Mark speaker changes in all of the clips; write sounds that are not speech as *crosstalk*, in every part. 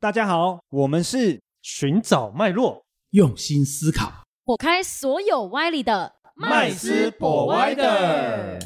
Speaker 1: 大家好，我们是
Speaker 2: 寻找脉络，
Speaker 3: 用心思考。
Speaker 4: 躲开所有歪理的
Speaker 2: 麦斯博歪的。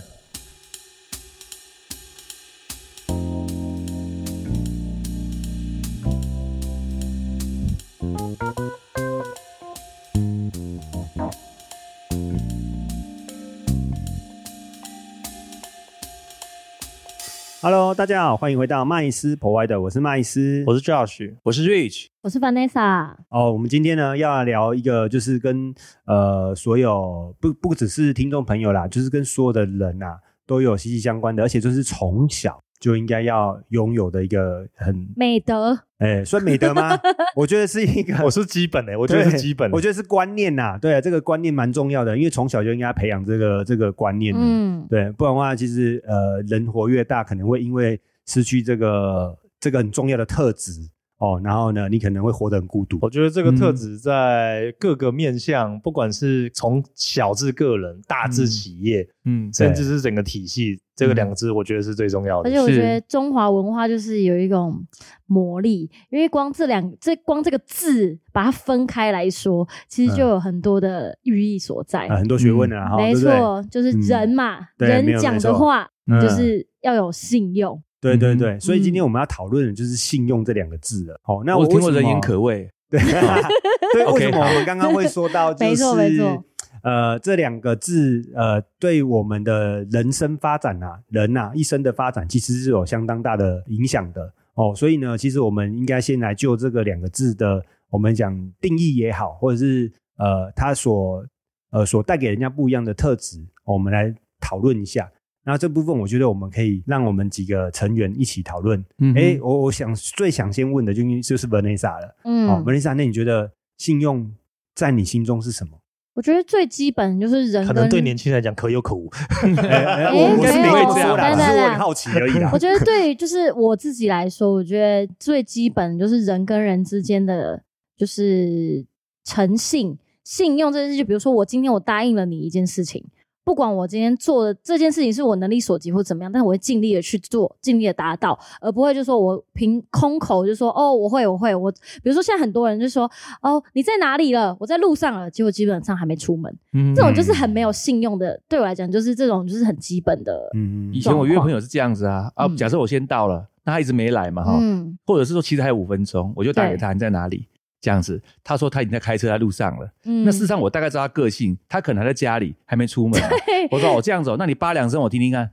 Speaker 1: Hello，大家好，欢迎回到麦斯 Provider，我是麦斯。
Speaker 2: 我是 Josh，
Speaker 5: 我是 Rich，
Speaker 4: 我是 Vanessa，
Speaker 1: 哦，我们今天呢要来聊一个，就是跟呃所有不不只是听众朋友啦，就是跟所有的人呐、啊、都有息息相关的，而且就是从小就应该要拥有的一个很
Speaker 4: 美德。
Speaker 1: 哎，算美德吗？ *laughs* 我觉得是一个， *laughs*
Speaker 2: 我是基本 *laughs* 欸的，我觉得是基本的，
Speaker 1: 我觉得是观念呐、对、啊这个观念蛮重要的，因为从小就应该培养这个这个观念。嗯，
Speaker 4: 嗯，
Speaker 1: 对，不然的话，其实呃，人活越大，可能会因为失去这个这个很重要的特质哦，然后呢，你可能会活得很孤独。
Speaker 2: 我觉得这个
Speaker 1: 嗯
Speaker 2: 特质在各个面向，不管是从小至个人，大至企业，
Speaker 5: 嗯，
Speaker 2: 甚至是整个体系，这
Speaker 1: 嗯
Speaker 2: 个两支我觉得是最重要
Speaker 4: 而
Speaker 2: 的。
Speaker 4: 且我
Speaker 5: 是
Speaker 4: 觉得中华文化就是有一种魔力，因为光这两这光这个字把它分开来说，其实就有很多的寓意所在。
Speaker 1: 呃，很多学问的啦，哈、
Speaker 4: 嗯没
Speaker 1: 对不对？嗯
Speaker 4: 错，就是人嘛，
Speaker 1: 对没有
Speaker 4: 人讲的话
Speaker 1: 没错嗯
Speaker 4: 就是要有信用。
Speaker 1: 对对
Speaker 5: 嗯
Speaker 1: 对，所以今天我们要讨论的就是信用这两个字了。好、那
Speaker 5: 我
Speaker 1: 为
Speaker 5: 听过
Speaker 1: 什
Speaker 5: 人言
Speaker 1: 么
Speaker 5: 可畏， *laughs*
Speaker 1: 对对，为什
Speaker 5: OK，
Speaker 1: 么
Speaker 5: 好
Speaker 1: 我们刚刚会说到就
Speaker 4: 没
Speaker 1: 是
Speaker 4: 错没错
Speaker 1: 呃这两个字呃对我们的人生发展啊人呐、一生的发展其实是有相当大的影响的哦，所以呢，其实我们应该先来就这个两个字的我们讲定义也好，或者是呃它所呃所带给人家不一样的特质，哦我们来讨论一下。那这部分我觉得我们可以让我们几个成员一起讨论。
Speaker 5: 嗯哼
Speaker 1: 哎、我我想最想先问的就就是 Vanessa 了。好、哦
Speaker 4: 嗯，
Speaker 1: ，Melissa，那你觉得信用在你心中是什
Speaker 5: *laughs*
Speaker 1: 么？
Speaker 4: 我觉得最基本就是人
Speaker 2: 可能
Speaker 4: 跟
Speaker 2: 对年轻人来讲可有可无，
Speaker 1: 哎哎
Speaker 4: 哎
Speaker 1: 我我是
Speaker 4: 没
Speaker 1: 没
Speaker 4: 有
Speaker 1: 跟你说
Speaker 4: 等
Speaker 1: 啦，
Speaker 4: 等
Speaker 1: 只是我
Speaker 4: 等
Speaker 1: 很好奇而已啦
Speaker 4: *laughs* 我。觉得对于就是我自己来说，我觉得最基本就是人跟人之间的就是诚信、信用这件事。就比如说，我今天我答应了你一件事情，不管我今天做的这件事情是我能力所及或怎么样，但我会尽力的去做，尽力的达到，而不会就说我凭空口就说哦我会我会我。比如说现在很多人就说哦你在哪里了？我在路上了，结果基本上还没出门，
Speaker 5: 嗯
Speaker 4: 这种就是很没有信用的。对我来讲，就是这种就是很基本的。
Speaker 1: 嗯
Speaker 5: 以前我约
Speaker 4: 状况
Speaker 5: 朋友是这样子啊啊，
Speaker 4: 嗯
Speaker 5: 假设我先到了，那他一直没来嘛哈，
Speaker 4: 嗯，
Speaker 5: 或者是说其实还有五分钟，我就打
Speaker 4: 对
Speaker 5: 给他你在哪里这样子，他说他已经在开车在路上了，
Speaker 4: 嗯
Speaker 5: 那事实上我大概知道他个性，他可能还在家里还没出门
Speaker 4: *laughs*
Speaker 5: 啊，我说我这样子哦，那你扒两声我听听看，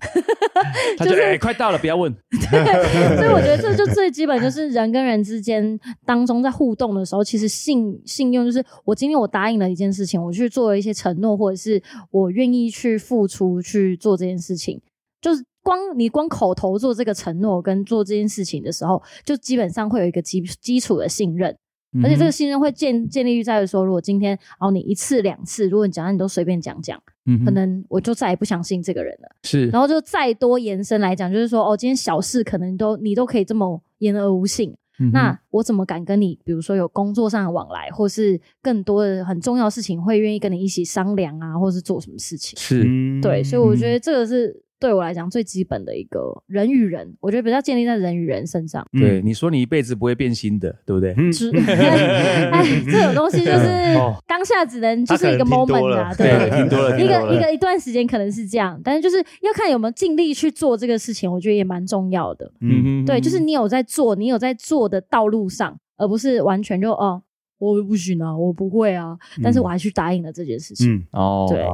Speaker 5: 他就
Speaker 4: 就是
Speaker 5: 哎快到了不要问，
Speaker 4: *laughs* 所以我觉得这就最基本，就是人跟人之间当中在互动的时候，其实信信用就是我今天我答应了一件事情，我去做了一些承诺，或者是我愿意去付出去做这件事情，就是光你光口头做这个承诺跟做这件事情的时候，就基本上会有一个基基础的信任。 *laughs*
Speaker 5: 嗯
Speaker 4: 而且这个信任会建建立于在于说，如果今天哦你一次两次，如果你讲到你都随便讲讲，
Speaker 5: 嗯哼
Speaker 4: 可能我就再也不相信这个人了。
Speaker 5: 是
Speaker 4: 然后就再多延伸来讲，就是说，哦，今天小事可能都你都可以这么言而无信，
Speaker 5: 嗯哼
Speaker 4: 那我怎么敢跟你，比如说有工作上的往来，或是更多的很重要的事情，会愿意跟你一起商量啊，或是做什么事情？
Speaker 5: 是
Speaker 1: 嗯
Speaker 4: 对，所以我
Speaker 2: 嗯
Speaker 4: 觉得这个是对我来讲最基本的一个人与人，我觉得比较建立在人与人身上。
Speaker 5: 对你说你一辈子不会变心的，对不对？
Speaker 1: 嗯 *laughs*
Speaker 4: 是哎，这种东西就是
Speaker 2: 哦
Speaker 4: 当下只能就是一个
Speaker 2: 他可能听多
Speaker 4: moment
Speaker 2: 了
Speaker 4: 啊，
Speaker 5: 对听
Speaker 4: *laughs*
Speaker 5: 多了
Speaker 4: 一
Speaker 2: 听多
Speaker 4: 个
Speaker 2: 了
Speaker 4: 一个一段时间可能是这样，但是就是要看有没有尽力去做这个事情，我觉得也蛮重要的。
Speaker 1: 嗯
Speaker 5: 哼
Speaker 4: 对，就是你有在做，你有在做的道路上，而不是完全就哦，我不行啊，我不会啊，但是我还去答应了这件事情。
Speaker 1: 嗯
Speaker 5: 哦，
Speaker 4: 对，
Speaker 1: 啊，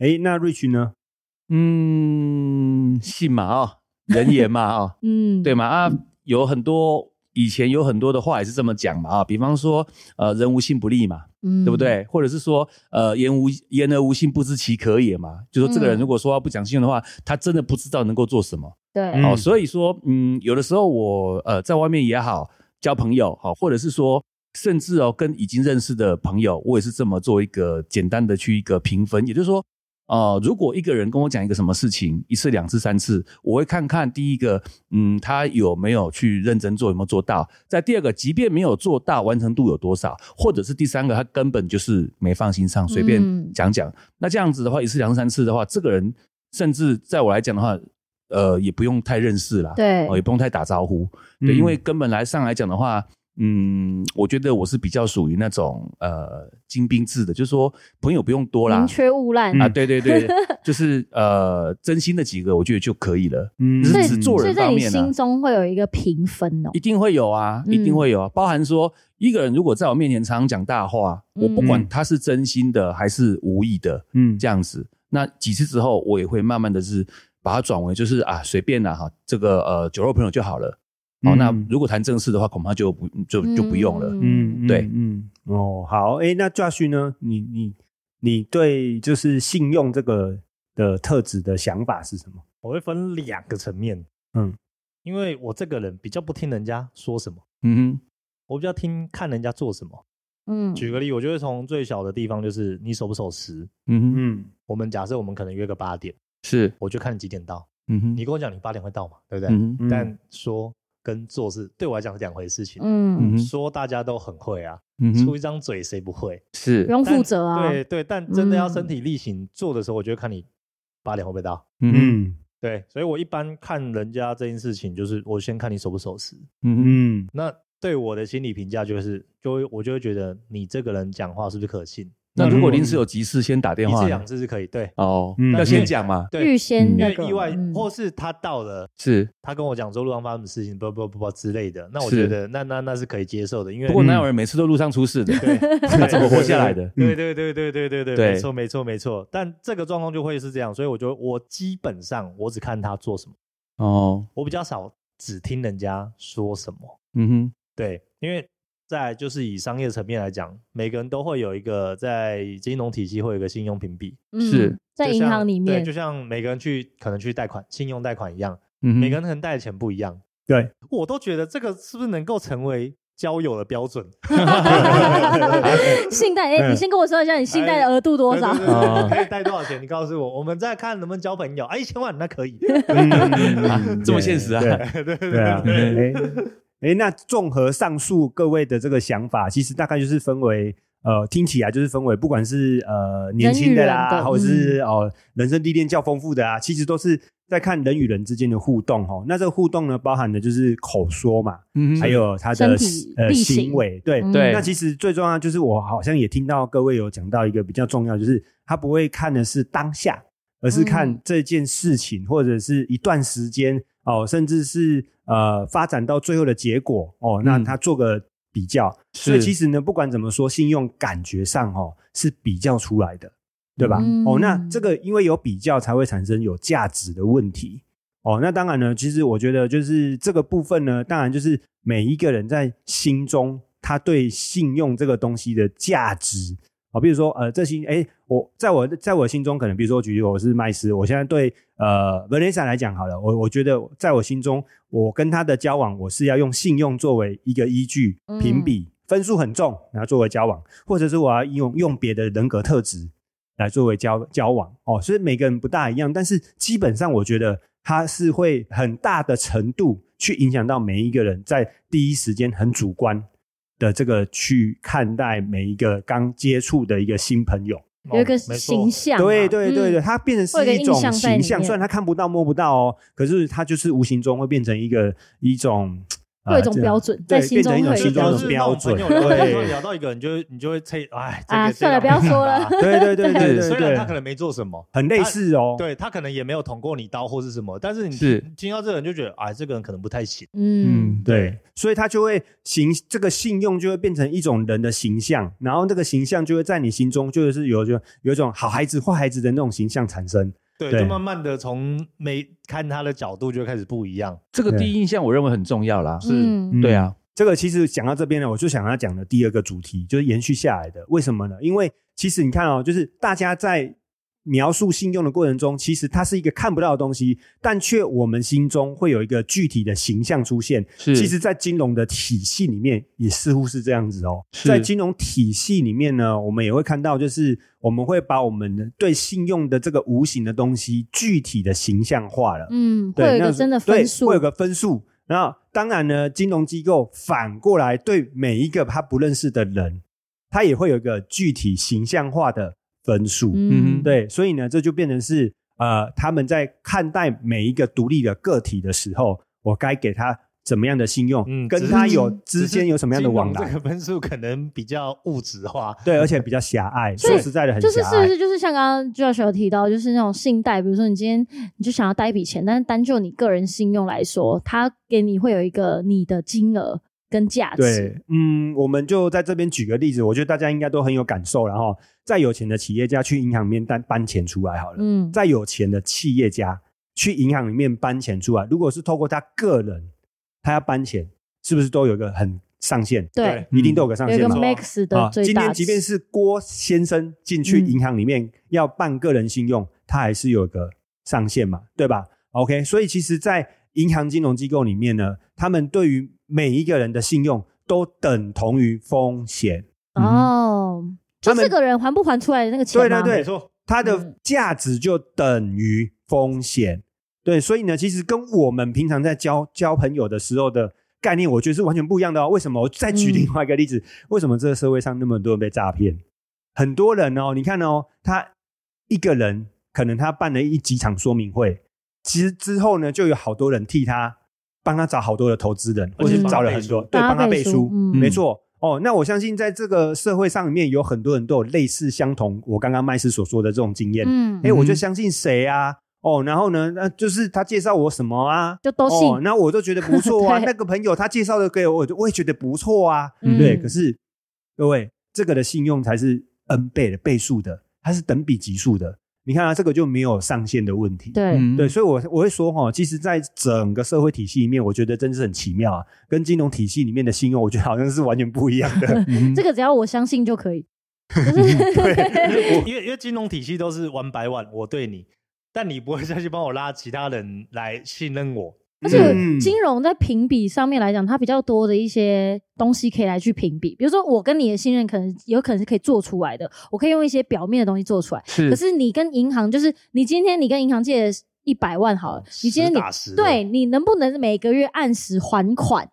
Speaker 1: 哎，那 Rich 呢？
Speaker 5: 嗯，信嘛哦，人言嘛哦
Speaker 4: *laughs* 嗯，
Speaker 5: 对嘛啊，有很多以前有很多的话也是这么讲嘛啊，比方说呃，人无信不立嘛，
Speaker 4: 嗯，
Speaker 5: 对不？对？或者是说呃，言无言而无信，不知其可也嘛，就说这个人
Speaker 4: 嗯
Speaker 5: 如果说话不讲信用的话，他真的不知道能够做什么。
Speaker 4: 对，
Speaker 1: 嗯
Speaker 5: 哦，所以说，嗯，有的时候我呃在外面也好交朋友，好、或者是说，甚至哦跟已经认识的朋友，我也是这么做一个简单的去一个评分，也就是说，呃，如果一个人跟我讲一个什么事情，一次、两次、三次，我会看看第一个，嗯，他有没有去认真做，有没有做到；在第二个，即便没有做到，完成度有多少；或者是第三个，他根本就是没放心上，随便
Speaker 4: 嗯
Speaker 5: 讲讲。那这样子的话，一次、两次、三次的话，这个人甚至在我来讲的话，呃，也不用太认识啦，
Speaker 4: 对
Speaker 5: 哦，也不用太打招呼，对，
Speaker 1: 嗯
Speaker 5: 因为根本来上来讲的话，嗯，我觉得我是比较属于那种呃精兵制的，就是说朋友不用多啦
Speaker 4: 宁，缺毋滥。
Speaker 5: 啊，对对对，就是呃真心的几个，我觉得就可以了。
Speaker 1: 嗯
Speaker 5: 所
Speaker 4: 以
Speaker 5: 只做
Speaker 4: 所
Speaker 5: 人
Speaker 4: 以在
Speaker 5: 方
Speaker 4: 你
Speaker 5: 面啊
Speaker 4: 心中会有一个评分哦
Speaker 5: 一。定会有啊，
Speaker 4: 嗯
Speaker 5: 一定会有啊，包含说一个人如果在我面前常常讲大话，
Speaker 4: 嗯
Speaker 5: 我不管他是真心的还是无意的，
Speaker 1: 嗯
Speaker 5: 这样子，那几次之后，我也会慢慢的是把它转为就是啊随便啦哈，这个呃酒肉朋友就好了。哦，
Speaker 1: 嗯
Speaker 5: 那如果谈正事的话，恐怕就不就就不用了。
Speaker 1: 嗯，嗯
Speaker 5: 对
Speaker 1: 嗯，哦，好，哎，那 Josh 呢？你你你对就是信用这个的特质的想法是什么？
Speaker 2: 我会分两个层面，
Speaker 1: 嗯，
Speaker 2: 因为我这个人比较不听人家说什么，
Speaker 5: 嗯
Speaker 2: 我比较听看人家做什么。
Speaker 4: 嗯，
Speaker 2: 举个例，我就会从最小的地方，就是你守不守时。
Speaker 5: 哼，嗯哼，
Speaker 1: 嗯
Speaker 2: 我们假设我们可能约个八点，
Speaker 5: 是，
Speaker 2: 我就看你几点到。
Speaker 5: 嗯哼，
Speaker 2: 你跟我讲你八点会到嘛，对不对？
Speaker 5: 嗯哼，
Speaker 1: 嗯
Speaker 2: 但说跟做是对我来讲是两回事情。
Speaker 4: 嗯，
Speaker 5: 嗯哼，
Speaker 2: 说大家都很会啊，
Speaker 5: 嗯
Speaker 2: 出
Speaker 5: 哼，
Speaker 2: 一张嘴谁不会？
Speaker 5: 是
Speaker 4: 不，用负责啊。
Speaker 2: 对对，但真的要身体力行做的时候，我就会看你八点会不会到。
Speaker 5: 嗯哼，
Speaker 1: 嗯
Speaker 2: 对，所以我一般看人家这件事情，就是我先看你守不守时。
Speaker 5: 嗯哼，
Speaker 1: 嗯
Speaker 2: 那对我的心理评价就是，就会我就会觉得你这个人讲话是不是可信？
Speaker 5: 那如果临时有急事，先打电
Speaker 2: 一
Speaker 5: 话
Speaker 2: 次
Speaker 5: 呢
Speaker 2: 两次是可以，对
Speaker 5: 哦
Speaker 1: 嗯，
Speaker 5: 要先讲嘛，
Speaker 2: 对，
Speaker 4: 预先
Speaker 5: 嗯
Speaker 2: 因
Speaker 4: 那
Speaker 2: 为
Speaker 4: 个
Speaker 2: 意外
Speaker 4: 嗯
Speaker 2: 或是他到了，
Speaker 5: 是。
Speaker 2: 他跟我讲说路上发生什么事情，不不不不之类的，那我
Speaker 5: 是
Speaker 2: 觉得那那那是可以接受的，因为
Speaker 5: 不过哪有人每次都路上出事的？
Speaker 2: 嗯 *laughs* 对，
Speaker 5: 他怎么活下来的？嗯
Speaker 2: 对对对对对对对，
Speaker 5: 对
Speaker 2: 没错没错没错。但这个状况就会是这样，所以我觉得我基本上我只看他做什么，
Speaker 5: 哦，
Speaker 2: 我比较少只听人家说什么。
Speaker 5: 嗯哼，
Speaker 2: 对，因为在就是以商业层面来讲，每个人都会有一个在金融体系会有一个信用评比，
Speaker 4: 嗯
Speaker 5: 是
Speaker 4: 在
Speaker 2: 就
Speaker 4: 银
Speaker 2: 像
Speaker 4: 行里面
Speaker 2: 对，就像每个人去可能去贷款，信用贷款一样，
Speaker 5: 嗯哼，
Speaker 2: 每个人可能贷的钱不一样。
Speaker 1: 对，
Speaker 2: 我都觉得这个是不是能够成为交友的标准？
Speaker 4: *laughs* 信贷，哎，
Speaker 1: 嗯
Speaker 4: 你先跟我说一下你信贷的额度多少
Speaker 2: 对？对对对
Speaker 5: 啊
Speaker 2: 可以贷多少钱？你告诉我，我们再看能不能交朋友。啊，一千万那可以。
Speaker 5: 啊
Speaker 1: 嗯，
Speaker 5: *laughs* 这么现实啊
Speaker 1: 对
Speaker 2: 对对
Speaker 1: 对啊，
Speaker 5: *laughs* 对
Speaker 1: 哎哎，那综合上述各位的这个想法，其实大概就是分为呃，听起来就是分为不管是呃年轻的啦，
Speaker 4: 人与人的嗯
Speaker 1: 或者是哦、人生历练较丰富的啊，其实都是在看人与人之间的互动哦。那这个互动呢，包含的就是口说嘛，
Speaker 5: 嗯哼
Speaker 1: 还有他的
Speaker 4: 身体
Speaker 1: 呃
Speaker 4: 力行
Speaker 1: 行为，对
Speaker 4: 嗯
Speaker 5: 对
Speaker 1: 那其实最重要就是，我好像也听到各位有讲到一个比较重要，就是他不会看的是当下，而是看
Speaker 4: 嗯
Speaker 1: 这件事情、或者是一段时间哦，甚至是呃发展到最后的结果哦，那
Speaker 5: 嗯
Speaker 1: 他做个比较。所以其实呢，不管怎么说，信用感觉上哦是比较出来的，对吧？
Speaker 4: 嗯
Speaker 1: 哦，那这个因为有比较才会产生有价值的问题。哦，那当然呢，其实我觉得就是这个部分呢，当然就是每一个人在心中他对信用这个东西的价值。哦，比如说，呃，这些，哎，我在我在我心中，可能比如说，举例，我是麦斯，我现在对呃 Vanessa 来讲好了，我我觉得在我心中，我跟他的交往，我是要用信用作为一个依据
Speaker 4: 嗯
Speaker 1: 评比，分数很重，然后作为交往，或者是我要用用别的人格特质来作为交交往哦，所以每个人不大一样，但是基本上我觉得它是会很大的程度去影响到每一个人在第一时间很主观的这个去看待每一个刚接触的一个新朋友。
Speaker 4: *laughs* 有一个
Speaker 2: 哦没错
Speaker 4: 形象嘛，
Speaker 1: 对对对对，
Speaker 4: 嗯
Speaker 1: 它变成
Speaker 4: 会有
Speaker 1: 是
Speaker 4: 个
Speaker 1: 一种
Speaker 4: 印象在里
Speaker 1: 形
Speaker 4: 面
Speaker 1: 象，虽然他看不到摸不到哦，可是它就是无形中会变成一个一种呃
Speaker 4: 会有
Speaker 2: 啊
Speaker 4: 一种标
Speaker 1: 准。
Speaker 4: 准
Speaker 1: 对
Speaker 4: 在心中
Speaker 1: 变
Speaker 4: 会
Speaker 1: 成
Speaker 4: 有
Speaker 1: 一种
Speaker 4: 一
Speaker 1: 心中
Speaker 4: 种
Speaker 1: 的标准
Speaker 2: 就是那种朋友聊
Speaker 1: 对
Speaker 2: 天聊到一个人，你就会你就会猜，哎，这个
Speaker 4: 啊
Speaker 2: 这个
Speaker 4: 算了不要说了
Speaker 2: *laughs* 啊
Speaker 1: 对对对对对
Speaker 2: 虽然他可
Speaker 1: 对，
Speaker 2: 能没做什么，
Speaker 1: 很类似哦。
Speaker 2: 对他可能也没有捅过你刀或是什么，但是你
Speaker 5: 是
Speaker 2: 听到这个人就觉得，哎，这个人可能不太行。
Speaker 4: 嗯
Speaker 5: 嗯
Speaker 1: 对，所以他就会形这个信用就会变成一种人的形象，然后这个形象就会在你心中就是有就有一种好孩子、坏孩子的那种形象产生。
Speaker 2: 对，
Speaker 1: 对
Speaker 2: 就慢慢的从每看他的角度就开始不一样。
Speaker 5: 这个第一印象，我认为很重要啦。
Speaker 4: 嗯
Speaker 5: 对啊，
Speaker 1: 这个其实讲到这边呢，我就想要讲的第二个主题就是延续下来的，为什么呢？因为其实你看哦，就是大家在描述信用的过程中，其实它是一个看不到的东西，但却我们心中会有一个具体的形象出现。
Speaker 5: 是，
Speaker 1: 其实，在金融的体系里面，也似乎是这样子哦。
Speaker 5: 是
Speaker 1: 在金融体系里面呢，我们也会看到，就是我们会把我们对信用的这个无形的东西具体的形象化了。
Speaker 4: 嗯，会
Speaker 1: 对，
Speaker 4: 有一
Speaker 1: 那
Speaker 4: 个
Speaker 1: 是
Speaker 4: 真的
Speaker 1: 对
Speaker 4: 分数
Speaker 1: 会，有个分数。然后，当然呢，金融机构反过来对每一个他不认识的人，他也会有一个具体形象化的分数。
Speaker 5: 嗯
Speaker 1: 对，所以呢，这就变成是呃，他们在看待每一个独立的个体的时候，我该给他怎么样的信用，
Speaker 2: 嗯
Speaker 1: 跟
Speaker 2: 只是
Speaker 1: 他有
Speaker 4: 嗯
Speaker 1: 之间有什么样的往
Speaker 2: 金融
Speaker 1: 来
Speaker 2: 这，个分数可能比较物质化，
Speaker 1: 对，而且比较狭隘。
Speaker 4: 所以
Speaker 1: 说实在的，很
Speaker 4: 就是
Speaker 1: 狭
Speaker 4: 是不
Speaker 1: 隘。
Speaker 4: 是就是像刚刚 Josh 有提到，就是那种信贷，比如说你今天你就想要贷一笔钱，但是单就你个人信用来说，它给你会有一个你的金额跟价值。
Speaker 1: 对，嗯，我们就在这边举个例子，我觉得大家应该都很有感受。然后，再有钱的企业家去银行里面搬搬钱出来好了，
Speaker 4: 嗯，
Speaker 1: 再有钱的企业家去银行里面搬钱出来，如果是透过他个人，他要搬钱，是不是都有一个很上限？
Speaker 4: 对，嗯
Speaker 1: 一定都有个上
Speaker 4: 有一
Speaker 1: 限
Speaker 4: 个
Speaker 1: 嘛。
Speaker 4: max 的
Speaker 1: 啊，
Speaker 4: 最
Speaker 1: 今
Speaker 4: 大嗯
Speaker 1: 天
Speaker 4: 值。
Speaker 1: 即便是郭先生进去银行里面要办个人信用，他还是有一个上限嘛，对吧？OK，所以其实，在银行金融机构里面呢，他们对于每一个人的信用都等同于风险。
Speaker 4: 哦，就
Speaker 1: 嗯他们
Speaker 4: 这个人还不还出来的那个钱
Speaker 1: 对对
Speaker 4: 吗
Speaker 1: 对，
Speaker 2: 错，
Speaker 1: 它的
Speaker 4: 嗯
Speaker 1: 价值就等于风险。对，所以呢，其实跟我们平常在交交朋友的时候的概念，我觉得是完全不一样的、哦。为什么？我再举
Speaker 4: 嗯
Speaker 1: 另外一个例子，为什么这个社会上那么多人被诈骗？很多人哦，你看哦，他一个人可能他办了一几场说明会，其实之后呢，就有好多人替他帮他找好多的投资人，
Speaker 2: 而
Speaker 1: 或
Speaker 4: 且
Speaker 1: 者
Speaker 4: 帮他
Speaker 1: 找了
Speaker 2: 背
Speaker 1: 很
Speaker 2: 书
Speaker 1: 多，对，
Speaker 4: 帮他
Speaker 1: 帮他
Speaker 4: 背
Speaker 1: 背
Speaker 4: 书
Speaker 1: 书，
Speaker 4: 嗯
Speaker 1: 没错。哦，那我相信在这个社会上面有很多人都有类似相同我刚刚麦斯所说的这种经验。
Speaker 4: 嗯，
Speaker 1: 哎、我就相信谁啊？哦，然后呢，那就是他介绍我什么啊？
Speaker 4: 就都信
Speaker 1: 哦，那我就觉得不错啊。
Speaker 4: *laughs* 对
Speaker 1: 那个朋友他介绍的给我，我就我也觉得不错啊。
Speaker 4: 嗯
Speaker 1: 对，可是各位，这个的信用才是 n 倍的倍数的，它是等比级数的。你看啊，这个就没有上限的问题。
Speaker 4: 对，
Speaker 1: 嗯对，所以我我会说哈、其实，在整个社会体系里面，我觉得真是很奇妙啊，跟金融体系里面的信用，我觉得好像是完全不一样的。
Speaker 5: 以
Speaker 4: 嗯这个只要我相信就可以。就是 *laughs*
Speaker 2: 因为因为金融体系都是 one by one，我对你，但你不会再去帮我拉其他人来信任我，
Speaker 4: *laughs* 而且
Speaker 1: 嗯
Speaker 4: 金融在评比上面来讲，它比较多的一些东西可以来去评比，比如说我跟你的信任，可能有可能是可以做出来的，我可以用一些表面的东西做出来。
Speaker 5: 是
Speaker 4: 可是你跟银行，就是你今天你跟银行借一百万好了，哦你今天
Speaker 2: 哦实哦
Speaker 4: 你
Speaker 2: 打实的
Speaker 4: 对你能不能每个月按时还款，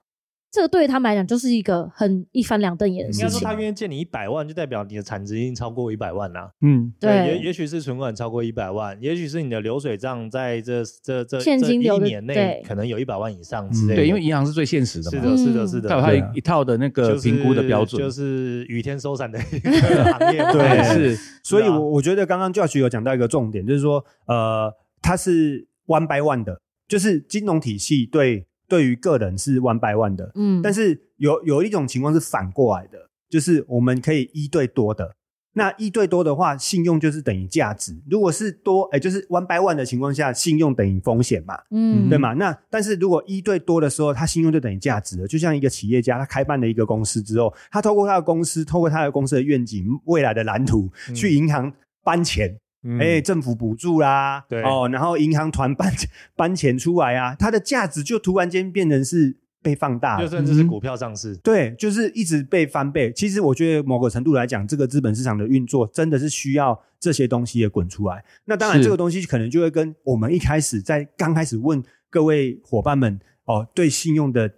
Speaker 4: 这个对于他们来讲就是一个很一翻两瞪眼的
Speaker 2: 嗯应
Speaker 4: 事
Speaker 2: 该说
Speaker 4: 情。
Speaker 2: 他愿意借你一百万，就代表你的产值已经超过一百万啦、
Speaker 5: 嗯
Speaker 2: 也
Speaker 4: 对，
Speaker 2: 也许是存款超过一百万，也许是你的流水账在这这这
Speaker 4: 现
Speaker 2: 这
Speaker 4: 金流
Speaker 2: 一
Speaker 4: 的
Speaker 2: 年内
Speaker 4: 对
Speaker 2: 可能有一百万以
Speaker 1: 嗯
Speaker 2: 上之类的。
Speaker 5: 对，因为银行是最现实的
Speaker 2: 是
Speaker 5: 嘛
Speaker 2: 的，，是的，
Speaker 4: 嗯
Speaker 2: 是的，
Speaker 5: 它有它
Speaker 1: 对啊
Speaker 5: 一一套的那个
Speaker 2: 就是
Speaker 5: 评估的标准
Speaker 2: 就，是雨天收伞的一个
Speaker 5: *laughs*
Speaker 2: 行业嘛。
Speaker 1: 对
Speaker 5: 是
Speaker 1: 所以
Speaker 2: 是啊
Speaker 1: 我，我觉得刚刚 Josh 有讲到一个重点，就是说，呃，它是 one by one 的，就是金融体系对对于个人是 one by one 的，
Speaker 4: 嗯，
Speaker 1: 但
Speaker 4: 是
Speaker 1: 是有有一种情况是反过来的，就是我们可以一对多的。那一对多的话，信用就是等于价值。如果是多，哎、就是 one by one 的情况下，信用等于风险嘛。
Speaker 4: 嗯，
Speaker 1: 对吗？那但是如果一对多的时候，他信用就等于价值了。就像一个企业家，他开办了一个公司之后，他透过他的公司，透过他的公司的愿景、未来的蓝图，
Speaker 2: 嗯
Speaker 1: 去银行搬钱，
Speaker 2: 嗯
Speaker 1: 哎、政府补助啦，
Speaker 2: 对
Speaker 1: 哦，然后银行团搬搬钱 *laughs* 出来啊，它的价值就突然间变成是被放大了
Speaker 2: 就甚至是
Speaker 5: 嗯
Speaker 2: 股票上市，
Speaker 1: 对，就是一直被翻倍。其实我觉得某个程度来讲，这个资本市场的运作真的是需要这些东西也滚出来。那当然，
Speaker 5: 是
Speaker 1: 这个东西可能就会跟我们一开始在刚开始问各位伙伴们哦，对信用的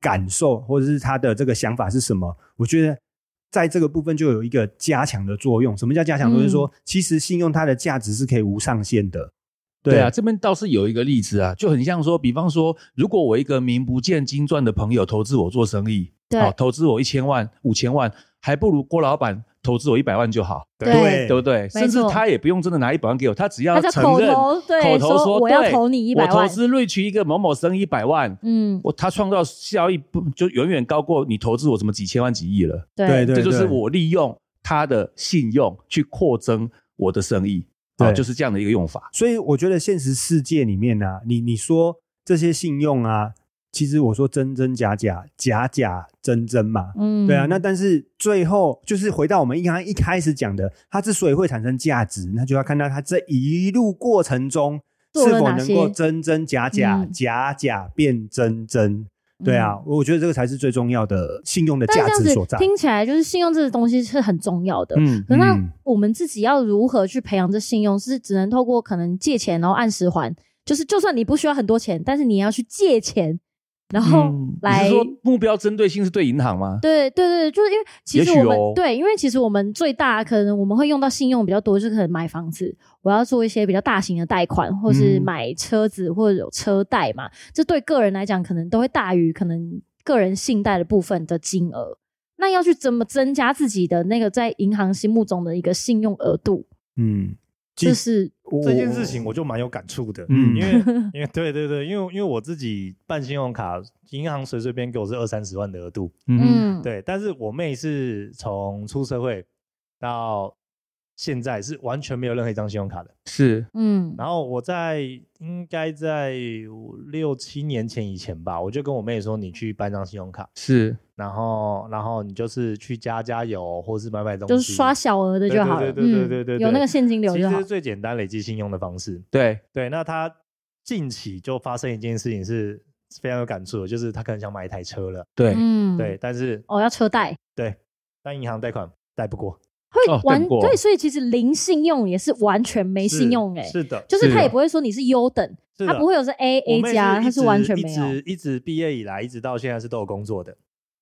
Speaker 1: 感受或者是他的这个想法是什么，我觉得。在这个部分就有一个加强的作用。什么叫加强？就是
Speaker 5: 嗯
Speaker 1: 说，其实信用它的价值是可以无上限的。
Speaker 5: 对啊，，这边倒是有一个例子啊，就很像说，比方说，如果我一个名不见经传的朋友投资我做生意，
Speaker 4: 对
Speaker 5: 好投资我一千万、五千万，还不如郭老板投资我一百万就好，
Speaker 1: 对
Speaker 5: 对不对？
Speaker 4: 错
Speaker 5: 甚至他也不用真的拿一百万给我，他只要
Speaker 4: 他在
Speaker 5: 承
Speaker 4: 口
Speaker 5: 认
Speaker 4: 头对
Speaker 5: 口头说
Speaker 4: 我要
Speaker 5: 对
Speaker 4: 投你一百
Speaker 5: 我
Speaker 4: 万
Speaker 5: 投，资瑞奇一个某某生一百万，
Speaker 4: 嗯，
Speaker 5: 我他创造效益不就远远高过你投资我什么几千万几亿了？
Speaker 1: 对对，
Speaker 5: 这就是
Speaker 1: 对
Speaker 5: 我利用他的信用去扩增我的生意，啊，
Speaker 1: 对
Speaker 5: 就是这样的一个用法。
Speaker 1: 所以我觉得现实世界里面呢、你你说这些信用啊，其实我说真真假假，假假真真嘛。
Speaker 4: 嗯，
Speaker 1: 对啊，那但是最后就是回到我们刚刚一开始讲的，它之所以会产生价值，那就要看到它这一路过程中
Speaker 4: 做
Speaker 1: 是
Speaker 4: 了
Speaker 1: 否
Speaker 4: 哪些
Speaker 1: 能够真真假假，
Speaker 4: 嗯
Speaker 1: 假假变真真。对啊，我觉得这个才是最重要的信用的
Speaker 4: 但
Speaker 1: 价
Speaker 4: 是
Speaker 1: 值
Speaker 4: 这
Speaker 1: 所
Speaker 4: 样
Speaker 1: 在
Speaker 4: 子。听起来就是信用这个东西是很重要的。
Speaker 5: 嗯，
Speaker 4: 可那
Speaker 1: 嗯
Speaker 4: 我们自己要如何去培养这信用？是只能透过可能借钱，然后按时还。就是就算你不需要很多钱，但是你也要去借钱然后
Speaker 5: 嗯
Speaker 4: 来、
Speaker 5: 你是说目标针对性是对银行吗？
Speaker 4: 对对对，就是因为其
Speaker 5: 也
Speaker 4: 实
Speaker 5: 许
Speaker 4: 我们、
Speaker 5: 哦
Speaker 4: 对，因为其实我们最大可能我们会用到信用比较多，就是可能买房子，我要做一些比较大型的贷款，或是
Speaker 5: 嗯
Speaker 4: 买车子或者有车贷嘛，这对个人来讲可能都会大于可能个人信贷的部分的金额。那要去怎么增加自己的那个在银行心目中的一个信用额度？
Speaker 1: 嗯，其
Speaker 4: 这
Speaker 1: 实
Speaker 4: 是
Speaker 1: 我
Speaker 2: 这件事情我就蛮有感触的，
Speaker 5: 嗯
Speaker 2: 因为因为对对对，因为因为我自己办信用卡，银行随随便给我是二三十万的额度，
Speaker 5: 嗯
Speaker 4: 嗯，
Speaker 2: 对，但是我妹是从出社会到现在是完全没有任何一张信用卡的。
Speaker 5: 是
Speaker 4: 嗯
Speaker 2: 然后我在应该在六七年前以前吧，我就跟我妹说，你去办张信用卡，
Speaker 5: 是，
Speaker 2: 然后然后你就是去加加油，或是买买东西，
Speaker 4: 就是刷小额的
Speaker 2: 对
Speaker 4: 就
Speaker 2: 对
Speaker 4: 好了，
Speaker 2: 对对对
Speaker 4: 嗯
Speaker 2: 对对
Speaker 4: 有那
Speaker 2: 对
Speaker 4: 个现金流
Speaker 2: 其
Speaker 4: 就
Speaker 2: 实
Speaker 4: 好
Speaker 2: 是。最简单累积信用的方式。
Speaker 5: 对，
Speaker 2: 对，那他近期就发生一件事情是非常有感触的，就是他可能想买一台车了，
Speaker 5: 对，
Speaker 4: 嗯，
Speaker 2: 对，，但是
Speaker 4: 哦，要车贷，
Speaker 2: 但银行贷款贷不过，
Speaker 5: 哦
Speaker 4: 会完、
Speaker 5: 干过
Speaker 4: 对，所以其实零信用也是完全没信用哎、
Speaker 2: 是的，
Speaker 4: 就是他
Speaker 5: 是
Speaker 4: 也不会说你是优等，
Speaker 2: 是
Speaker 4: 他
Speaker 2: 的
Speaker 4: 不会有是 A
Speaker 2: 我
Speaker 4: A
Speaker 2: 妹
Speaker 4: 加，
Speaker 2: 一
Speaker 4: 他是
Speaker 2: 直
Speaker 4: 完全
Speaker 2: 一
Speaker 4: 没有。
Speaker 2: 直一直毕业以来，一直到现在是都有工作的，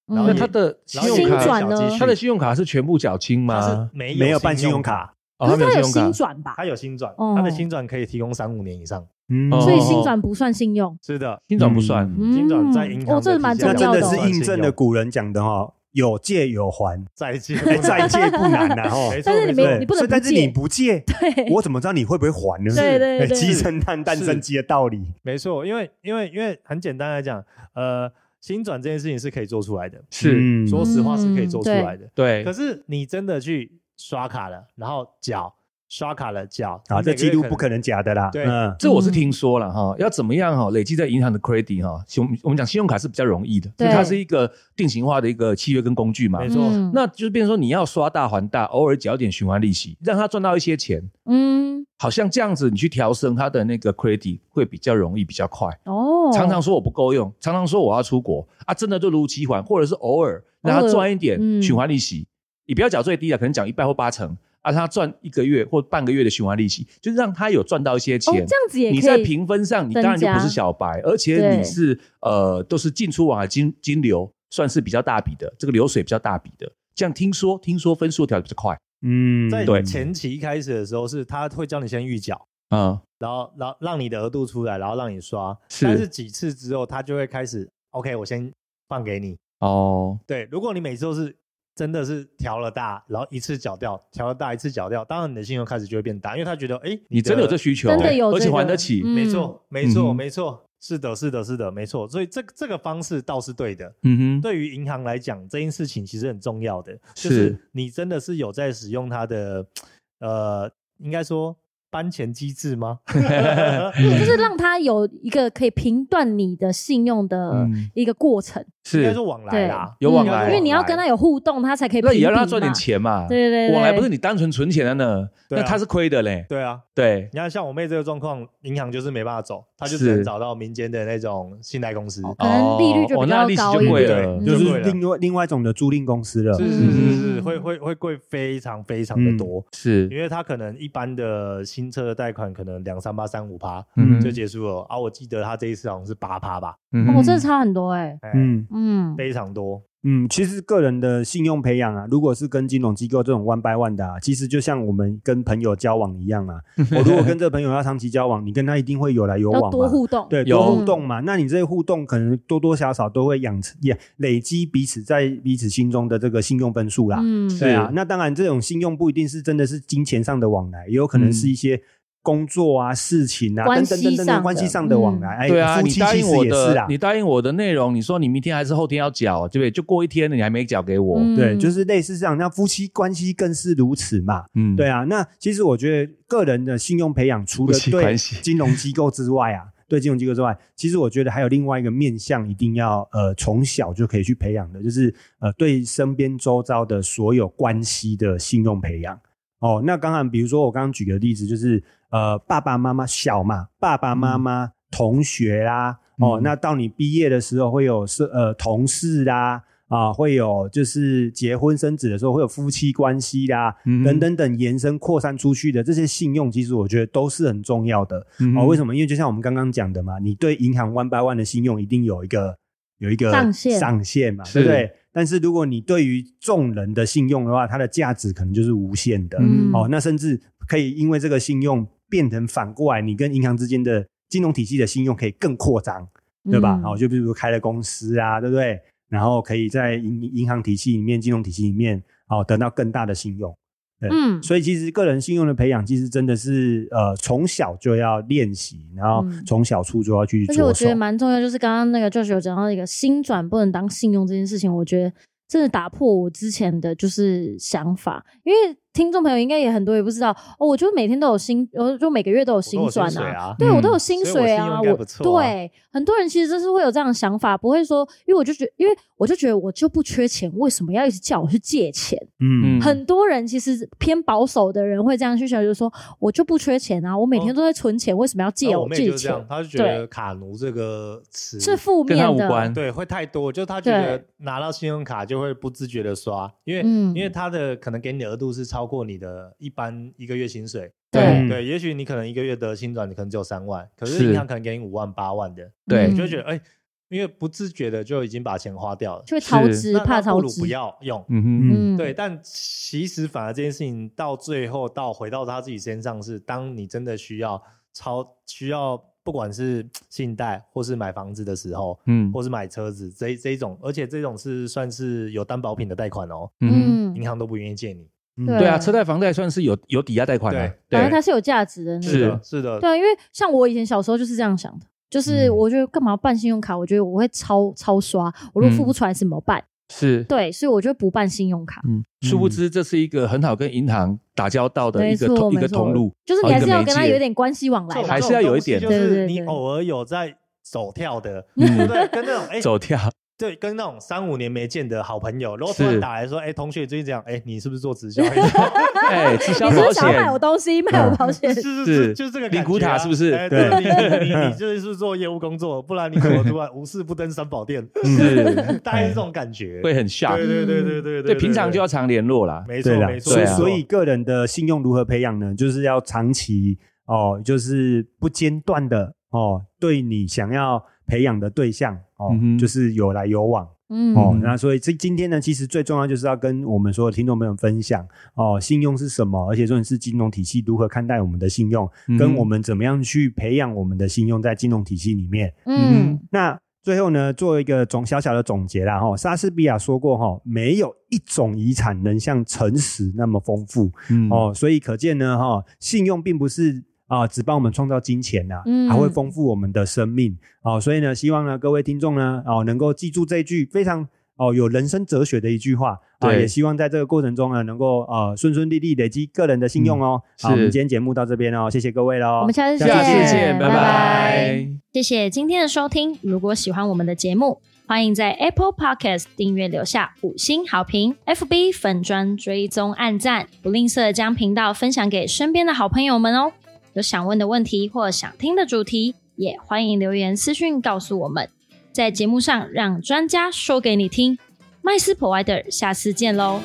Speaker 4: 嗯
Speaker 2: 然后
Speaker 5: 那
Speaker 2: 也
Speaker 5: 他的信
Speaker 2: 然后也
Speaker 5: 用
Speaker 4: 新
Speaker 2: 有
Speaker 5: 卡，
Speaker 4: 转呢
Speaker 2: 小积蓄
Speaker 5: 他的信用卡是全部缴清
Speaker 2: 他
Speaker 5: 吗
Speaker 2: 是？没
Speaker 1: 没有办
Speaker 2: 办
Speaker 1: 信
Speaker 2: 信
Speaker 1: 用
Speaker 2: 卡，
Speaker 5: 哦
Speaker 4: 可是
Speaker 5: 没
Speaker 4: 他有
Speaker 5: 信用卡，
Speaker 4: 新转吧，
Speaker 2: 他有新转，
Speaker 4: 哦
Speaker 2: 他的新转可以提供三五年以上。
Speaker 1: 嗯
Speaker 5: 哦
Speaker 4: 所以新转不算信用。
Speaker 2: 是的，
Speaker 5: 新转不算。
Speaker 1: 嗯
Speaker 4: 嗯，
Speaker 2: 新转在银行
Speaker 4: 哦，这
Speaker 2: 的
Speaker 4: 蛮
Speaker 2: 体
Speaker 4: 重
Speaker 1: 那真
Speaker 2: 现
Speaker 4: 要
Speaker 1: 的
Speaker 4: 哦
Speaker 1: 是印证了
Speaker 2: 哦
Speaker 1: 古人讲的哈，有借有
Speaker 4: *laughs*
Speaker 1: 还，
Speaker 2: 再借
Speaker 1: 再借不难啊哈。
Speaker 2: 没错
Speaker 4: 但是你
Speaker 2: 没
Speaker 4: 没
Speaker 2: 错
Speaker 4: 你不能
Speaker 1: 所以但
Speaker 4: 不
Speaker 1: 是你
Speaker 4: 借，
Speaker 1: 不借，
Speaker 4: 对，
Speaker 1: 我怎么知道你会不会还呢？
Speaker 4: 对对
Speaker 1: 哎
Speaker 4: 对
Speaker 1: 鸡生蛋，蛋生鸡的道理。
Speaker 2: 没错，因为因为因为很简单来讲，呃，新转这件事情是可以做出来的，
Speaker 5: 是，
Speaker 1: 嗯
Speaker 2: 说实话是可以做出来的。
Speaker 4: 嗯
Speaker 5: 对
Speaker 2: 可，是你真的去刷卡了，然后缴，刷卡了缴，
Speaker 1: 啊，
Speaker 2: 你每
Speaker 1: 这
Speaker 2: 个
Speaker 1: 记
Speaker 2: 月
Speaker 1: 录
Speaker 2: 可
Speaker 1: 不可能假的啦。
Speaker 2: 对
Speaker 1: 嗯
Speaker 5: 这我是听说了哈。要怎么样哈，累积在银行的 credit 哈，信我们我们讲信用卡是比较容易的，因
Speaker 4: 对
Speaker 5: 为它是一个定型化的一个契约跟工具嘛
Speaker 2: 没。错
Speaker 4: 嗯
Speaker 5: 那就是变成说你要刷大还大，偶尔缴一点循环利息，让他赚到一些钱，
Speaker 4: 嗯
Speaker 5: 好像这样子你去调升他的那个 credit 会比较容易，比较快。
Speaker 4: 哦，
Speaker 5: 常常说我不够用，常常说我要出国啊，真的就如期还，或者是偶尔让
Speaker 4: 偶
Speaker 5: 他
Speaker 4: 尔
Speaker 5: 赚一点
Speaker 4: 嗯
Speaker 5: 循环利息，你不要缴最低的，可能缴一半或八成，啊，让他赚一个月或半个月的循环利息，就让他有赚到一些
Speaker 4: 哦这
Speaker 5: 钱。
Speaker 4: 样子也
Speaker 5: 你
Speaker 4: 可
Speaker 5: 在
Speaker 4: 以，
Speaker 5: 评分上，你当然就
Speaker 4: 增加
Speaker 5: 不是小白，而且
Speaker 4: 对
Speaker 5: 你是呃，都是进出往来金金流，算是比较大笔的，这个流水比较大笔的。这样听说，听说分数调的比较快，
Speaker 1: 嗯，
Speaker 2: 在
Speaker 5: 对
Speaker 2: 前期一开始的时候是他会叫你先预缴。
Speaker 5: 嗯，
Speaker 2: 然后，然后让你的额度出来，然后让你刷，
Speaker 5: 是
Speaker 2: 但是几次之后，他就会开始，OK，我先放给你，
Speaker 5: 哦，
Speaker 2: 对，如果你每次都是真的是调了大，然后一次缴掉，调了大一次缴掉，当然你的信用开始就会变大，因为他觉得，哎，
Speaker 5: 你真的有这需求，
Speaker 4: 真的有这个
Speaker 5: 而且还得起，
Speaker 4: 嗯
Speaker 2: 没错，没错，
Speaker 5: 嗯
Speaker 2: 没错，是的，是的，是的，没错。所以这个这个方式倒是对的。
Speaker 5: 嗯哼，
Speaker 2: 对于银行来讲，这件事情其实很重要的，就是是你真的是有在使用它的，呃，应该说搬钱机制吗？
Speaker 4: 就是让他有一个可以评断你的信用的
Speaker 5: 嗯
Speaker 4: 一个过程，
Speaker 2: 应该
Speaker 5: 是
Speaker 2: 说，往来
Speaker 4: 对
Speaker 2: 啦，，
Speaker 5: 有往
Speaker 4: 嗯
Speaker 5: 来
Speaker 4: 因为你要跟他有互动，他才可以，
Speaker 5: 那也要让他赚点，钱嘛，
Speaker 4: 对对对，
Speaker 5: 往来不是你单纯存钱的呢，
Speaker 2: 对啊
Speaker 5: 那他是亏的嘞。
Speaker 2: 对啊。
Speaker 5: 对，
Speaker 2: 你看，像我妹这个状况，银行就是没办法走，她就只
Speaker 5: 是
Speaker 2: 能找到民间的那种信贷公司。
Speaker 4: 可能利率就
Speaker 5: 哦
Speaker 4: 比
Speaker 5: 那
Speaker 4: 较
Speaker 5: 利息
Speaker 4: 高
Speaker 5: 就
Speaker 4: 一
Speaker 5: 贵
Speaker 4: 点
Speaker 5: 了
Speaker 4: 嗯
Speaker 1: 就
Speaker 2: 就贵
Speaker 1: 是
Speaker 2: 了
Speaker 1: 另外另外一种的租赁公司了。
Speaker 2: 是是是是，
Speaker 4: 嗯
Speaker 2: 会会会贵非常非常的多，因
Speaker 5: 是，
Speaker 2: 为他可能一般的新车的贷款可能两三八三五趴
Speaker 5: 嗯
Speaker 2: 就结束了啊，我记得他这一次好像是八趴吧，
Speaker 5: 嗯
Speaker 4: 哦，这差很多哎、
Speaker 2: 哎，
Speaker 1: 嗯
Speaker 4: 嗯，
Speaker 2: 非常多，
Speaker 1: 嗯，其实个人的信用培养啊，如果是跟金融机构这种 one by one 的、啊，其实就像我们跟朋友交往一样
Speaker 2: *laughs*
Speaker 1: 啊。我如果跟这个朋友要长期交往，你跟他一定会有来有
Speaker 4: 要
Speaker 1: 往
Speaker 4: 多
Speaker 1: 嘛。
Speaker 4: 互动，
Speaker 1: 对，
Speaker 5: 有
Speaker 1: 多互动嘛，那你这些互动可能多多少少都会养成、也累积彼此在彼此心中的这个信用分数啦。
Speaker 4: 嗯，
Speaker 5: 是
Speaker 1: 对啊，那当然，这种信用不一定是真的是金钱上的往来，也有可能
Speaker 5: 嗯
Speaker 1: 是一些工作啊、事情啊
Speaker 4: 关
Speaker 1: 等
Speaker 4: 系
Speaker 1: 等等等
Speaker 4: 上的
Speaker 1: 等关系上的往来。哎，
Speaker 5: 对啊，
Speaker 1: 夫
Speaker 5: 你
Speaker 1: 妻
Speaker 5: 答
Speaker 1: 其
Speaker 5: 应
Speaker 1: 实
Speaker 5: 我
Speaker 1: 也是啊
Speaker 5: 的
Speaker 1: 啦，，
Speaker 5: 你答应我的内容，你说你明天还是后天要缴，对不对？就过一天了，你还没缴给我，
Speaker 4: 嗯
Speaker 1: 对，就是类似这样，那夫妻关系更是如此嘛。
Speaker 5: 嗯，
Speaker 1: 对啊，那其实我觉得个人的信用培养，除了
Speaker 5: 夫妻
Speaker 1: 对
Speaker 5: 关系
Speaker 1: 金融机构之外啊， *laughs* 对金融机构之外，其实我觉得还有另外一个面向，一定要呃从小就可以去培养的，就是呃对身边周遭的所有关系的信用培养。哦，那当然，比如说我刚刚举个例子，就是呃爸爸妈妈小嘛，爸爸妈妈、同学啦，哦，
Speaker 5: 嗯
Speaker 1: 那到你毕业的时候会有是呃同事啦。啊，会有就是结婚生子的时候会有夫妻关系啦，
Speaker 5: 嗯
Speaker 1: 等等等延伸扩散出去的这些信用，其实我觉得都是很重要的、
Speaker 5: 嗯
Speaker 1: 哦。为
Speaker 5: 么？
Speaker 1: 什么？因为就像我们刚刚讲的嘛，你对银行 one by one 的信用一定有一个有一个
Speaker 4: 上限
Speaker 1: 上限嘛，
Speaker 5: 是
Speaker 1: 对不对？但是如果你对于众人的信用的话，它的价值可能就是无限的。
Speaker 4: 嗯
Speaker 1: 哦，那甚至可以因为这个信用变成反过来，你跟银行之间的金融体系的信用可以更扩张，对吧？
Speaker 4: 嗯
Speaker 1: 哦，就比如开了公司啊，对不对？然后可以在银银行体系里面、金融体系里面，哦，得到更大的信用。
Speaker 4: 嗯，
Speaker 1: 所以其实个人信用的培养，其实真的是呃从小就要练习，然后
Speaker 4: 嗯
Speaker 1: 从小处就要去
Speaker 4: 而且我
Speaker 1: 着
Speaker 4: 觉
Speaker 1: 手
Speaker 4: 得。蛮重要，就是刚刚那个 Josh 有讲到一个新转不能当信用这件事情，我觉得真的打破我之前的就是想法，因为听众朋友应该也很多也不知道哦，我就每天都有薪，我就每个月都有薪转
Speaker 2: 水啊，
Speaker 4: 对，我都有
Speaker 5: 嗯
Speaker 4: 薪
Speaker 2: 所以我
Speaker 4: 水
Speaker 2: 信用
Speaker 4: 啊，
Speaker 2: 应该
Speaker 4: 我
Speaker 2: 不错啊
Speaker 4: 对很多人其实就是会有这样的想法，不会说，因为我就觉因为我就觉得我就不缺钱，为什么要一直叫我去借钱？
Speaker 1: 嗯
Speaker 5: 嗯
Speaker 4: 很多人其实偏保守的人会这样去想，就是说我就不缺钱啊，我每天都在存钱，为什么要借
Speaker 2: 然后我妹
Speaker 4: 自己
Speaker 2: 就是这
Speaker 4: 钱
Speaker 2: 样，？她就觉得卡奴这个词
Speaker 4: 是负
Speaker 5: 跟
Speaker 4: 面
Speaker 5: 他无
Speaker 4: 的，
Speaker 5: 关，
Speaker 2: 对，会太多，就他觉得
Speaker 4: 对
Speaker 2: 拿到信用卡就会不自觉的刷，因为、
Speaker 4: 嗯
Speaker 2: 因为他的可能给你的额度是超过你的一般一个月薪水，
Speaker 4: 对
Speaker 1: 嗯
Speaker 2: 对，也许你可能一个月的薪转你可能只有三万，可是
Speaker 5: 是
Speaker 2: 银行可能给你五万八万的，
Speaker 5: 对
Speaker 4: 嗯
Speaker 2: 你就会觉得哎、因为不自觉的就已经把钱花掉了，
Speaker 4: 就会逃
Speaker 5: 是
Speaker 4: 职，
Speaker 2: 那
Speaker 4: 怕
Speaker 2: 那
Speaker 4: 逃
Speaker 2: 不如
Speaker 4: 职，
Speaker 2: 不要用。
Speaker 5: 嗯哼，
Speaker 4: 嗯，
Speaker 2: 对，，但其实反而这件事情到最后到回到他自己身上是，当你真的需要超需要，不管是信贷或是买房子的时候，
Speaker 5: 嗯
Speaker 2: 或是买车子这这一种，而且这种是算是有担保品的贷款哦，
Speaker 5: 嗯哼，
Speaker 4: 嗯，
Speaker 2: 银行都不愿意借你。
Speaker 1: 嗯
Speaker 4: 对
Speaker 5: 对啊，车贷、房贷算是有有抵押贷款的，
Speaker 4: 反
Speaker 5: 对，
Speaker 4: 正它是有价值的，那
Speaker 5: 是
Speaker 4: 个
Speaker 2: 的，是的，
Speaker 4: 对啊，因为像我以前小时候就是这样想的，就是
Speaker 1: 嗯
Speaker 4: 我觉得干嘛办信用卡，我觉得我会超超刷，我如果付不出来怎么
Speaker 5: 嗯
Speaker 4: 办？
Speaker 5: 是，
Speaker 4: 对，所以我就不办信用卡。
Speaker 5: 嗯，殊不知这是一个很好跟银行打交道的
Speaker 4: 没
Speaker 5: 一个
Speaker 4: 错，
Speaker 5: 通一
Speaker 4: 没
Speaker 5: 个
Speaker 4: 错
Speaker 5: 通路，，
Speaker 4: 就是
Speaker 5: 哦
Speaker 4: 你
Speaker 5: 一
Speaker 4: 还
Speaker 5: 个
Speaker 4: 是要
Speaker 5: 媒
Speaker 4: 跟他
Speaker 5: 介
Speaker 4: 有点关系往
Speaker 2: 这
Speaker 4: 来
Speaker 2: 种
Speaker 4: 吧
Speaker 5: 还。是要有一点
Speaker 2: 这种东西就
Speaker 4: 对对对
Speaker 2: 是你偶尔有在走
Speaker 5: *laughs*
Speaker 2: 跳的，对不
Speaker 5: 嗯，
Speaker 2: 对？跟那种哎，
Speaker 5: 走
Speaker 4: *laughs*
Speaker 5: 跳，
Speaker 2: 对，跟那种三五年没见的好朋友，然后突然
Speaker 5: 是
Speaker 2: 打来说，哎，同学最近这样，哎，你是不是做直销？ *laughs*
Speaker 5: 哎，滞销
Speaker 4: 你是不
Speaker 5: 保
Speaker 4: 是想要买
Speaker 5: 险嗯
Speaker 4: 我，东西，卖我保险？
Speaker 2: 是
Speaker 5: 是
Speaker 2: 是， *laughs* 就是这个
Speaker 5: 灵
Speaker 2: 感
Speaker 5: 骨
Speaker 2: 觉啊
Speaker 5: 塔是不是
Speaker 2: 哎
Speaker 1: 对
Speaker 2: 对，你你
Speaker 5: *laughs*
Speaker 2: 你你就是是做业务工作，不然你怎么突然无事不登三宝殿？
Speaker 4: *laughs*
Speaker 5: 是
Speaker 2: *laughs* 大概是这种感觉。
Speaker 5: 会
Speaker 2: 对
Speaker 5: 很 shock，
Speaker 2: 对对对对对
Speaker 5: 对，平常就要常联络啦，
Speaker 2: 没错
Speaker 1: 对啦
Speaker 2: 没，错
Speaker 1: 所以
Speaker 5: 对啊
Speaker 2: 没错
Speaker 1: 所以个人的信用如何培养呢？就是要长期哦，就是不间断的哦，对你想要培养的对象哦，
Speaker 5: 嗯哼
Speaker 1: 就是有来有往
Speaker 4: 嗯，
Speaker 1: 哦。
Speaker 5: 嗯
Speaker 1: 那所以这今天呢，其实最重要就是要跟我们所有听众朋友分享哦，信用是什么，而且重点是金融体系如何看待我们的信用，
Speaker 5: 嗯
Speaker 1: 跟我们怎么样去培养我们的信用在金融体系里面。
Speaker 4: 嗯
Speaker 1: 那最后呢，做一个总小小的总结啦哈。莎士比亚说过哈，没有一种遗产能像诚实那么丰富
Speaker 5: 嗯
Speaker 1: 哦，所以可见呢哈，信用并不是。啊、只帮我们创造金钱呐、
Speaker 4: 嗯
Speaker 1: 还会丰富我们的生命哦。所以呢，希望呢各位听众呢哦能够记住这一句非常哦有人生哲学的一句话啊，
Speaker 5: 对
Speaker 1: 也希望在这个过程中呢能够呃顺顺利利累积个人的信用哦。
Speaker 5: 嗯
Speaker 1: 好，我们
Speaker 5: 是
Speaker 1: 今天节目到这边哦，谢谢各位喽，
Speaker 4: 我们下次
Speaker 5: 下
Speaker 4: 见
Speaker 5: 次见，拜
Speaker 4: 拜
Speaker 5: 拜。
Speaker 4: 谢谢今天的收听。如果喜欢我们的节目，欢迎在 Apple Podcast 订阅留下五星好评，FB 粉砖追踪按赞，不吝啬将频道分享给身边的好朋友们哦。有想问的问题或想听的主题，也欢迎留言私讯告诉我们，在节目上让专家说给你听。麦斯 Provider，下次见喽，